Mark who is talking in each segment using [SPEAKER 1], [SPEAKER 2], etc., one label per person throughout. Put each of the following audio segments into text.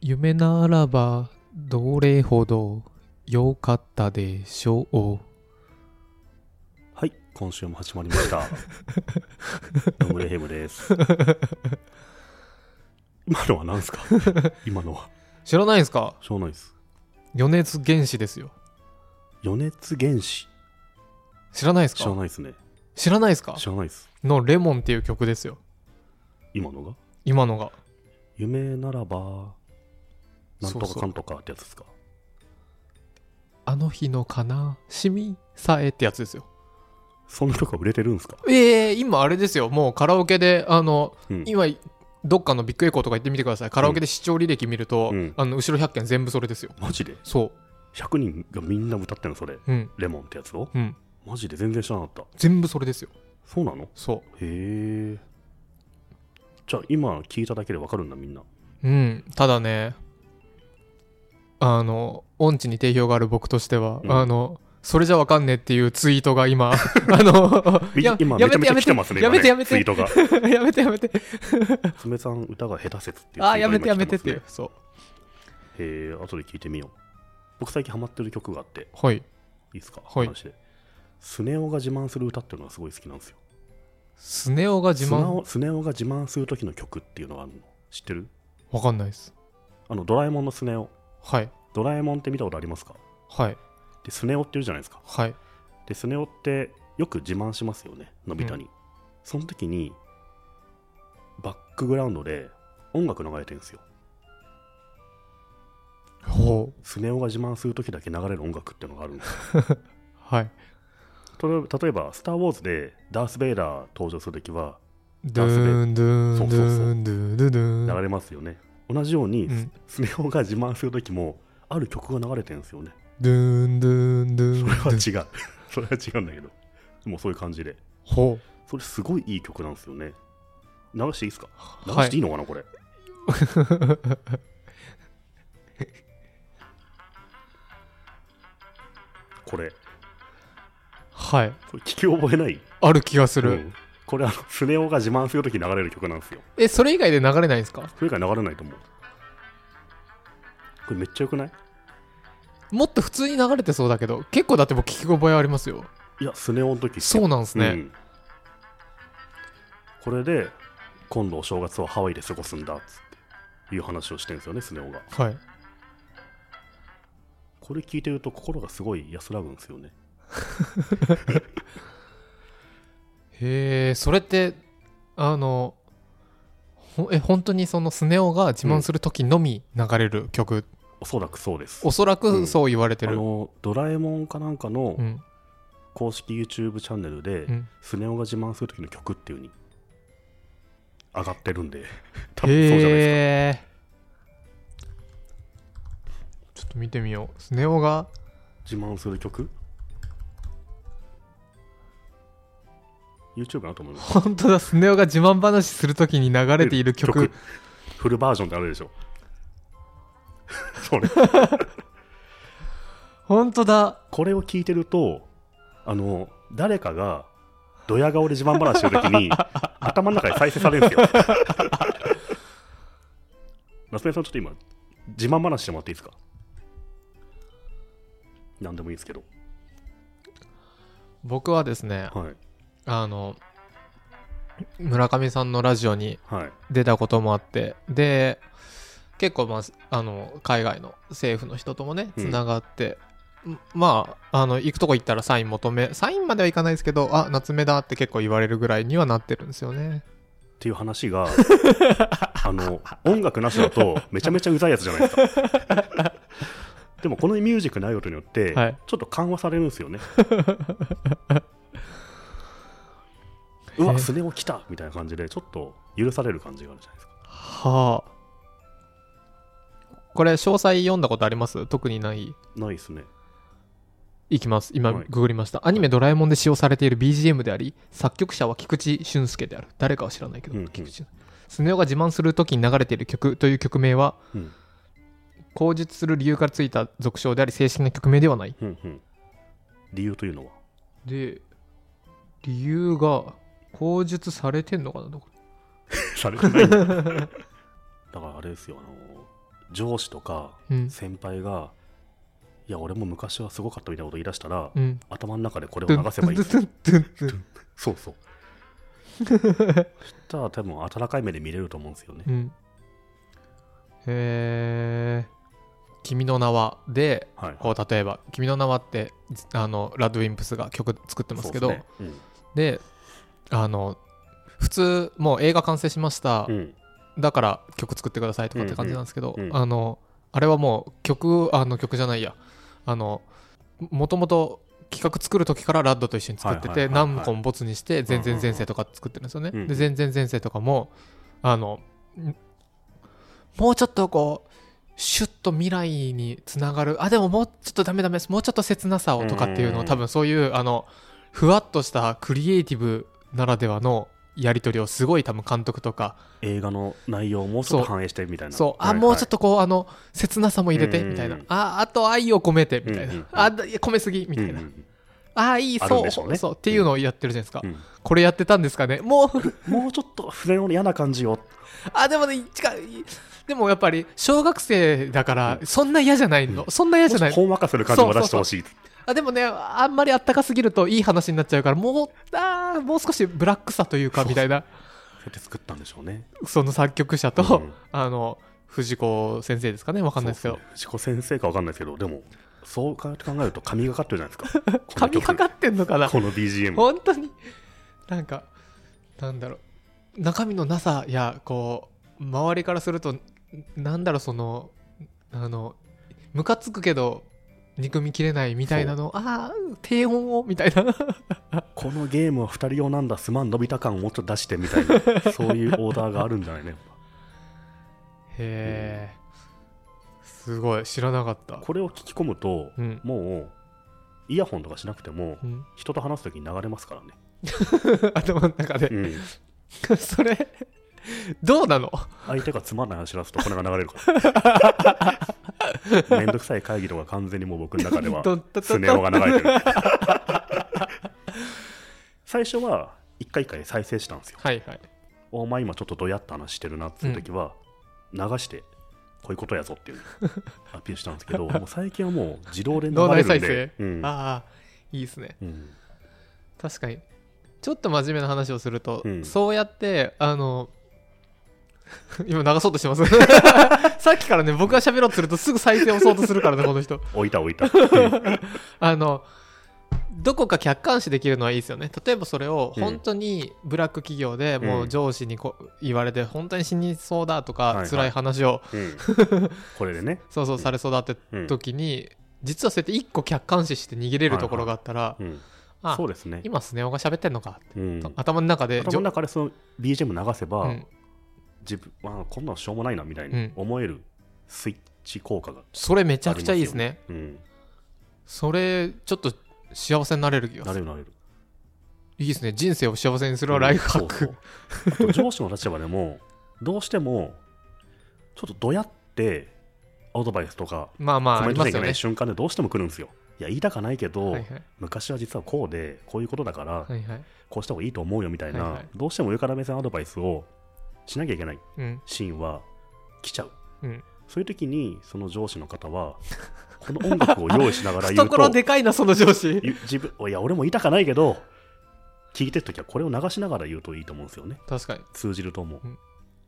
[SPEAKER 1] 夢ならばどれほど良かったでしょう
[SPEAKER 2] はい、今週も始まりま した。ノムレヘムです。今のは何ですか今のは。
[SPEAKER 1] 知らないですか
[SPEAKER 2] しょうがないです。
[SPEAKER 1] 余熱原子ですよ
[SPEAKER 2] 余熱原子。
[SPEAKER 1] 知らないです
[SPEAKER 2] 知ら
[SPEAKER 1] か
[SPEAKER 2] ないですね。
[SPEAKER 1] 知らないですか
[SPEAKER 2] 知らないです。
[SPEAKER 1] の「レモン」っていう曲ですよ
[SPEAKER 2] 今のが
[SPEAKER 1] 今のが
[SPEAKER 2] 夢ならば、なんと
[SPEAKER 1] そうそう
[SPEAKER 2] かかんとかってやつですか
[SPEAKER 1] あの日の悲しみさえってやつですよ
[SPEAKER 2] そんなとこ売れてるんですか
[SPEAKER 1] ええ今あれですよもうカラオケであの
[SPEAKER 2] うん。
[SPEAKER 1] 今どっかのビッグエコーとか行ってみてくださいカラオケで視聴履歴見ると、
[SPEAKER 2] うん
[SPEAKER 1] あの後ろ100件全部それですよ
[SPEAKER 2] マジで
[SPEAKER 1] そ
[SPEAKER 2] ?100 人がみんな歌ってんのそれ。
[SPEAKER 1] ううん
[SPEAKER 2] レモンってやつを
[SPEAKER 1] うん
[SPEAKER 2] マジで全然知らなかった。
[SPEAKER 1] 全部それですよ
[SPEAKER 2] そうなの
[SPEAKER 1] そ
[SPEAKER 2] へえ。じゃあ今聞いただけでわかるんだみんな。
[SPEAKER 1] ううんただねあの音痴に定評がある僕としては、
[SPEAKER 2] うん
[SPEAKER 1] あのそれじゃわかんねえっていうツイートが 今あの
[SPEAKER 2] み
[SPEAKER 1] や
[SPEAKER 2] 今
[SPEAKER 1] や
[SPEAKER 2] めちゃ
[SPEAKER 1] めてやめ
[SPEAKER 2] めちゃ来て
[SPEAKER 1] て
[SPEAKER 2] ますね、
[SPEAKER 1] やめてや
[SPEAKER 2] 今
[SPEAKER 1] め
[SPEAKER 2] ね、
[SPEAKER 1] て
[SPEAKER 2] ツイートが。
[SPEAKER 1] やめてやめて
[SPEAKER 2] 爪さん歌が下手説っていうツイートが今来てますね。
[SPEAKER 1] あーやめてやめてっていうそう
[SPEAKER 2] へえ、後で聞いてみよう。僕最近ハマってる曲があって、
[SPEAKER 1] はい
[SPEAKER 2] いいですか、
[SPEAKER 1] はい
[SPEAKER 2] 話で。スネ夫が自慢する歌っていうのがすごい好きなんですよ。
[SPEAKER 1] スネ夫が自
[SPEAKER 2] スネ
[SPEAKER 1] 慢
[SPEAKER 2] 夫スネ夫が自慢する時の曲っていうのがあるの。知ってる
[SPEAKER 1] わかんないです
[SPEAKER 2] あの、ドラえもんのスネ夫。
[SPEAKER 1] はい
[SPEAKER 2] ドラえもんって見たことありますか
[SPEAKER 1] はい
[SPEAKER 2] で、スネ夫って言うじゃないですか。
[SPEAKER 1] はい
[SPEAKER 2] で、スネ夫ってよく自慢しますよね、のび太に。その時に、バックグラウンドで音楽流れてるんですよ。
[SPEAKER 1] ほう
[SPEAKER 2] スネ夫が自慢する時だけ流れる音楽っていうのがあるんです
[SPEAKER 1] はい
[SPEAKER 2] とろ例えば、スター・ウォーズでダース・ベイダー登場するときは
[SPEAKER 1] ドゥンドゥ
[SPEAKER 2] そ
[SPEAKER 1] ン
[SPEAKER 2] う
[SPEAKER 1] ド
[SPEAKER 2] そうそう
[SPEAKER 1] ゥンドゥンドゥンド
[SPEAKER 2] 流
[SPEAKER 1] ゥン
[SPEAKER 2] れますよね。同じように、
[SPEAKER 1] うん
[SPEAKER 2] スネ夫が自慢するときも、ある曲が流れてるんですよね。
[SPEAKER 1] ドゥンドゥンドゥン
[SPEAKER 2] そ
[SPEAKER 1] ド
[SPEAKER 2] れは
[SPEAKER 1] ゥン
[SPEAKER 2] 違う。 それは違うんだけど。でもそういう感じで。
[SPEAKER 1] ほ
[SPEAKER 2] それすごいいい曲なんですよね。流していいですか流
[SPEAKER 1] はい
[SPEAKER 2] していいのかな、これ。これ、
[SPEAKER 1] うはい
[SPEAKER 2] これ聞き覚えない、
[SPEAKER 1] ある気がする、
[SPEAKER 2] うんこれあの、スネ夫が自慢するとき流れる曲なんですよ。
[SPEAKER 1] えそれ以外で流れないんですか
[SPEAKER 2] それ以外流れないと思う。これめっちゃ良くない
[SPEAKER 1] もっと普通に流れてそうだけど結構だって僕聞き覚えありますよ
[SPEAKER 2] いや、スネ夫の時
[SPEAKER 1] そう
[SPEAKER 2] う
[SPEAKER 1] なんですね、
[SPEAKER 2] んこれで、今度お正月をハワイで過ごすんだっつっていう話をしてるんですよね、スネ夫が。
[SPEAKER 1] はい
[SPEAKER 2] これ聞いてると心がすごい安らぐんですよね。
[SPEAKER 1] へえそれってあのほえ本当にそのスネ夫が自慢する時のみ流れる曲、
[SPEAKER 2] おそらくそうです。
[SPEAKER 1] おそら
[SPEAKER 2] う
[SPEAKER 1] く
[SPEAKER 2] ん
[SPEAKER 1] そう言われて
[SPEAKER 2] あ
[SPEAKER 1] る、
[SPEAKER 2] の、ドラえもんかなんかの
[SPEAKER 1] うん
[SPEAKER 2] 公式 YouTube チャンネルで、
[SPEAKER 1] うん
[SPEAKER 2] スネ夫が自慢する時の曲っていう風に上がってるん で、多分そうじゃないです
[SPEAKER 1] へ
[SPEAKER 2] か。
[SPEAKER 1] ーちょっと見てみようスネ夫が
[SPEAKER 2] 自慢する曲 YouTube かなと思います。
[SPEAKER 1] 本当だスネ夫が自慢話するときに流れている曲
[SPEAKER 2] フルバージョンってあるでしょそれ
[SPEAKER 1] 本当だ
[SPEAKER 2] これを聞いてるとあの誰かがドヤ顔で自慢話してると きに頭の中で再生されるんですよ夏目さんちょっと今自慢話してもらっていいですか何でもいいですけど
[SPEAKER 1] 僕はですね
[SPEAKER 2] はい
[SPEAKER 1] あの村上さんのラジオに
[SPEAKER 2] はい
[SPEAKER 1] 出たこともあってで結構、まあ、あの海外の政府の人ともね
[SPEAKER 2] うん
[SPEAKER 1] つながって、んまああの行くとこ行ったらサイン求めサインまではいかないですけどあ夏目だって結構言われるぐらいにはなってるんですよね
[SPEAKER 2] っていう話が あの音楽なしだとめちゃめちゃうざいやつじゃないですか でもこのミュージックないことによって、
[SPEAKER 1] はい
[SPEAKER 2] ちょっと緩和されるんで すよねう
[SPEAKER 1] へ
[SPEAKER 2] わ
[SPEAKER 1] え
[SPEAKER 2] スネ夫来たみたいな感じでちょっと許される感じがあるじゃないですか
[SPEAKER 1] はあこれ詳細読んだことあります特にない
[SPEAKER 2] ないですね
[SPEAKER 1] いきます今
[SPEAKER 2] はい
[SPEAKER 1] ググりました、アニメ「ドラえもん」で使用されている BGM であり作曲者は菊池俊介である誰かは知らないけど、
[SPEAKER 2] うんうん
[SPEAKER 1] 菊池俊スネ夫が自慢する時に流れている曲という曲名は
[SPEAKER 2] うん
[SPEAKER 1] 口述する理由からついた俗称であり正式な曲名ではない
[SPEAKER 2] うんうん理由というのは
[SPEAKER 1] で理由が口述されてんのかなどこ
[SPEAKER 2] されてないんだだからあれですよあの上司とか
[SPEAKER 1] うん
[SPEAKER 2] 先輩が、いや、俺も昔はすごかったみたいなこと言い出したら、
[SPEAKER 1] うん
[SPEAKER 2] 頭の中でこれを流せばいい んですよ。そうそう。そしたら多分温かい目で見れると思うんですよね
[SPEAKER 1] う。んへえ「君の名は」で
[SPEAKER 2] はい。
[SPEAKER 1] こう例えば「君の名は」ってじあのラッドウィンプスが曲作ってますけど
[SPEAKER 2] そうっすね
[SPEAKER 1] であの普通もう映画完成しました、
[SPEAKER 2] うんうん
[SPEAKER 1] だから曲作ってくださいとかって感じなんですけど、
[SPEAKER 2] うんうんうん
[SPEAKER 1] あのあれはもう曲あの曲じゃないやあのもともと企画作る時からラッドと一緒に作って
[SPEAKER 2] はいは
[SPEAKER 1] て
[SPEAKER 2] いはいはい
[SPEAKER 1] 何個もボツにして全然前世とか作ってるんですよね、
[SPEAKER 2] うんうん
[SPEAKER 1] で全然前世とかもあのんもうちょっとこうシュッと未来につながるあでももうちょっとダメダメですもうちょっと切なさをとかっていうの
[SPEAKER 2] う
[SPEAKER 1] を
[SPEAKER 2] ん
[SPEAKER 1] 多分そういうあのふわっとしたクリエイティブならではのやり取りをすごい多分監督とか
[SPEAKER 2] 映画の内容をもうちょっと反映してみたいな。
[SPEAKER 1] そうあ、
[SPEAKER 2] はい
[SPEAKER 1] もうちょっとこうあの切なさも入れて
[SPEAKER 2] うんうんうん
[SPEAKER 1] みたいなああと愛を込めてみたいな、
[SPEAKER 2] うんうんうん
[SPEAKER 1] あだいや込めすぎみたいな、あいい
[SPEAKER 2] あるん
[SPEAKER 1] そう
[SPEAKER 2] でしょうね
[SPEAKER 1] そうっていうのをやってるじゃないですか、
[SPEAKER 2] うんうん
[SPEAKER 1] これやってたんですかねもう
[SPEAKER 2] うんもうちょっと船の嫌な感じを。
[SPEAKER 1] あでもね違うでもやっぱり小学生だからそんな嫌じゃないの、そんな嫌じゃない
[SPEAKER 2] ほんわかする感じを出してほしい。
[SPEAKER 1] あでもねあんまりあったかすぎるといい話になっちゃうからもうあーもう少しブラックさというかみたいな
[SPEAKER 2] そうやって作ったんでしょうね。
[SPEAKER 1] その作曲者と、
[SPEAKER 2] うん
[SPEAKER 1] あの藤子先生ですかねわかんないですけど、
[SPEAKER 2] そうっね藤子先生かわかんないですけど、でも、そう考えると神がかってるじ ゃないですか。
[SPEAKER 1] 神かか
[SPEAKER 2] っ
[SPEAKER 1] ってんのかな
[SPEAKER 2] この BGM。
[SPEAKER 1] 本当になんかなんだろう中身のなさやこう周りからするとなんだろうそのあのムカつくけど憎みきれないみたいなのああ低音をみたい な
[SPEAKER 2] このゲームは2人用なんだ、すまん、伸びた感をもうちょっと出してみたいな、そういうオーダーがあるんじゃないね。やっぱ
[SPEAKER 1] へえすごい知らなかった
[SPEAKER 2] これを聞き込むと、
[SPEAKER 1] うん
[SPEAKER 2] もう、イヤホンとかしなくても、
[SPEAKER 1] うん
[SPEAKER 2] 人と話すときに流れますからね。
[SPEAKER 1] 頭の中で
[SPEAKER 2] うん
[SPEAKER 1] それどうなの
[SPEAKER 2] 相手がつまんない話し出すとこれが流れ るから。めんどくさい会議とか完全にもう僕の中では
[SPEAKER 1] どんどんどんどん
[SPEAKER 2] スネ夫が流れ てる。最初は一回一回再生したんですよ。
[SPEAKER 1] はいはい
[SPEAKER 2] お前今ちょっとどやった話してるなっていう時は流してこういうことやぞっ ていうアピールしたんですけど、もう最近はもう自動で流
[SPEAKER 1] 脳
[SPEAKER 2] れ
[SPEAKER 1] 内再
[SPEAKER 2] るんで
[SPEAKER 1] 生、、
[SPEAKER 2] うん
[SPEAKER 1] ああいいですね
[SPEAKER 2] うん
[SPEAKER 1] 確かにちょっと真面目な話をすると、
[SPEAKER 2] うん
[SPEAKER 1] そうやってあの 今流そうとしてます さっきからね僕が喋ろうとするとすぐ再生押そうとする からねこの人
[SPEAKER 2] 置いた 置いた。 うん
[SPEAKER 1] あのどこか客観視できるのはいいですよね例えばそれを本当にブラック企業でもう上司にこう言われて本当に死にそうだと
[SPEAKER 2] い
[SPEAKER 1] か
[SPEAKER 2] はい
[SPEAKER 1] 辛い話を
[SPEAKER 2] うんこれでね。
[SPEAKER 1] そうそうされそうだって
[SPEAKER 2] う ん
[SPEAKER 1] 時に実はそうやって一個客観視して逃げれるところがあったら
[SPEAKER 2] うん
[SPEAKER 1] あ
[SPEAKER 2] そうですね。
[SPEAKER 1] 今スネ夫が喋ってんのかって
[SPEAKER 2] うん
[SPEAKER 1] 頭の中で
[SPEAKER 2] 頭の中でその BGM 流せば、
[SPEAKER 1] うん
[SPEAKER 2] 自分あこんなのしょうもないなみたいうに
[SPEAKER 1] ん
[SPEAKER 2] 思えるスイッチ効果が、
[SPEAKER 1] それめちゃくちゃいいですね
[SPEAKER 2] うん、
[SPEAKER 1] それちょっと幸せになれる気が
[SPEAKER 2] な
[SPEAKER 1] す
[SPEAKER 2] れ
[SPEAKER 1] る
[SPEAKER 2] るなれる。
[SPEAKER 1] いいですね人生を幸せにするはライフハック、
[SPEAKER 2] うんそうそうあと上司の立場でも、どうしても、ちょっとどやって、アドバイスとか、
[SPEAKER 1] まあまあ
[SPEAKER 2] コ
[SPEAKER 1] あ
[SPEAKER 2] メ
[SPEAKER 1] り
[SPEAKER 2] ント
[SPEAKER 1] ます
[SPEAKER 2] しなきゃいけ
[SPEAKER 1] よ
[SPEAKER 2] な
[SPEAKER 1] ね
[SPEAKER 2] い瞬間でどうしても来るんですよ。いや、言いたかないけ
[SPEAKER 1] はい
[SPEAKER 2] ど、
[SPEAKER 1] はい
[SPEAKER 2] 昔は実はこうで、こういうことだから、
[SPEAKER 1] はいはい
[SPEAKER 2] こうした方がいいと思うよみたいな、
[SPEAKER 1] はいはい
[SPEAKER 2] どうしても上から目線アドバイスをしなきゃいけない
[SPEAKER 1] うん
[SPEAKER 2] シーンは来ちゃう。
[SPEAKER 1] うん
[SPEAKER 2] そういう時に、その上司の方は、この音楽を用意しながら言うと
[SPEAKER 1] 懐、でかいなその上司
[SPEAKER 2] ゆ自分いや俺も言いたかないけど聞いてる時はこれを流しながら言うといいと思うんですよね
[SPEAKER 1] 確かに
[SPEAKER 2] 通じると思う、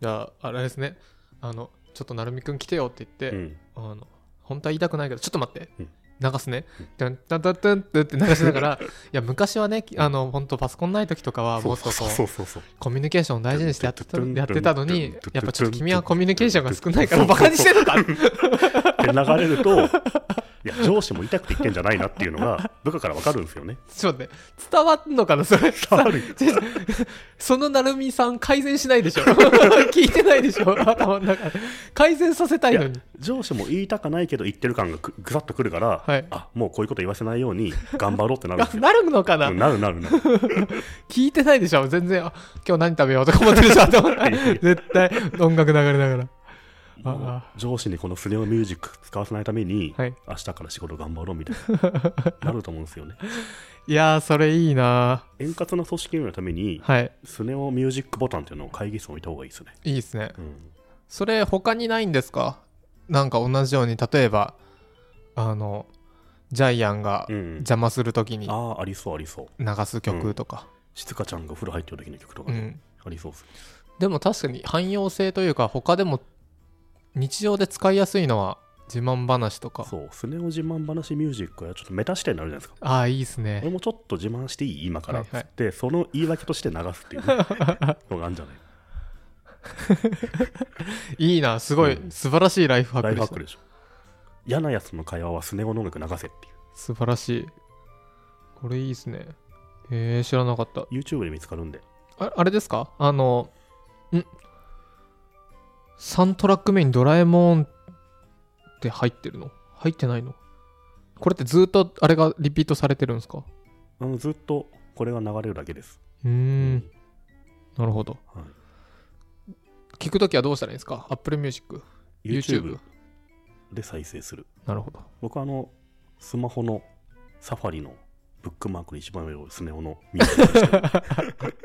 [SPEAKER 1] じゃああれですねあのちょっと成美くん来てよって言っ
[SPEAKER 2] う
[SPEAKER 1] て、
[SPEAKER 2] ん、
[SPEAKER 1] あの本当は言いたくないけどちょっと待って、
[SPEAKER 2] うん
[SPEAKER 1] 流すね、タンタンタンタンタンって流しながらいや昔はねあの本当パソコンない時とかはもっとこう
[SPEAKER 2] そうそうそう
[SPEAKER 1] コミュニケーションを大事にしてやってたやってたのにやっぱちょっと君はコミュニケーションが少ないからバカにしてるのか
[SPEAKER 2] で流れるといや上司も痛くて言ってんじゃないなっていうのが部下から分かるんですよね
[SPEAKER 1] ちょっと待って、伝わんのかな、それ。
[SPEAKER 2] 伝わるよ
[SPEAKER 1] ちょ そのなるみさん、改善しないでしょ。 聞いてないでしょ、 頭の中で改善させたいの
[SPEAKER 2] い
[SPEAKER 1] に。
[SPEAKER 2] 上司も言いたかないけど言ってる感がぐぐさっとくるから、
[SPEAKER 1] はい
[SPEAKER 2] あもうこういうこと言わせないよう に頑張ろうってなるん
[SPEAKER 1] あ
[SPEAKER 2] ですよ
[SPEAKER 1] なるのかな、
[SPEAKER 2] うんなるなるなる
[SPEAKER 1] 聞いてないでしょ全然、あ今日何食べようとか思ってるでし ょ頭の中で
[SPEAKER 2] いやいや
[SPEAKER 1] 絶対、音楽流れながら。あ
[SPEAKER 2] 上司にこのスネオミュージック使わせないために、
[SPEAKER 1] はい
[SPEAKER 2] 明日から仕事頑張ろうみたいななると思うんですよね
[SPEAKER 1] いやー、それいいな
[SPEAKER 2] 円滑な組織運営のため
[SPEAKER 1] ー
[SPEAKER 2] に、
[SPEAKER 1] はい。
[SPEAKER 2] スネオミュージックボタンっていうのを会議室に置いた方がいいですね。
[SPEAKER 1] いいですね。
[SPEAKER 2] うん、
[SPEAKER 1] それ、他にないんですかなんか同じように例えばあのジャイアンが
[SPEAKER 2] うんうん
[SPEAKER 1] 邪魔するときに
[SPEAKER 2] ああありそうありそう
[SPEAKER 1] 流す曲とか、
[SPEAKER 2] 静香ちゃんが風呂入ってる時の曲とか
[SPEAKER 1] うん
[SPEAKER 2] ね、ありそうっす
[SPEAKER 1] でも確かに汎用性というか他でも日常で使いやすいのは自慢話とか
[SPEAKER 2] そうスネ夫自慢話ミュージックはちょっとメタ視点になるじゃないですか
[SPEAKER 1] ああいいです
[SPEAKER 2] 俺
[SPEAKER 1] ね
[SPEAKER 2] もちょっと自慢していい今からっつって、
[SPEAKER 1] はい
[SPEAKER 2] その言い訳として流すっていうねのがあるんじゃない
[SPEAKER 1] いいなすごい、
[SPEAKER 2] うん
[SPEAKER 1] 素晴らしいライフハッ
[SPEAKER 2] ラ
[SPEAKER 1] ク
[SPEAKER 2] イフ
[SPEAKER 1] で
[SPEAKER 2] ハ
[SPEAKER 1] し
[SPEAKER 2] ッ
[SPEAKER 1] た
[SPEAKER 2] クでしょ嫌なやつの会話はスネ夫の音楽流せってい
[SPEAKER 1] 素晴らしいこれいいですねへえ知らなかった
[SPEAKER 2] う YouTube で見つかるんで
[SPEAKER 1] ああれですかあのん3トラック目に「ドラえもん」って入ってるの入ってないのこれってずっとあれがリピートされてるんですか
[SPEAKER 2] あのずっとこれが流れるだけです、
[SPEAKER 1] うーんなるほど
[SPEAKER 2] は
[SPEAKER 1] 聞くときはどうしたらいいんですか Apple Music
[SPEAKER 2] い、
[SPEAKER 1] YouTube
[SPEAKER 2] YouTube で再生する
[SPEAKER 1] なるほど
[SPEAKER 2] 僕はあのスマホのサファリのブックマークの一番上をスネ夫のミュージックにしてる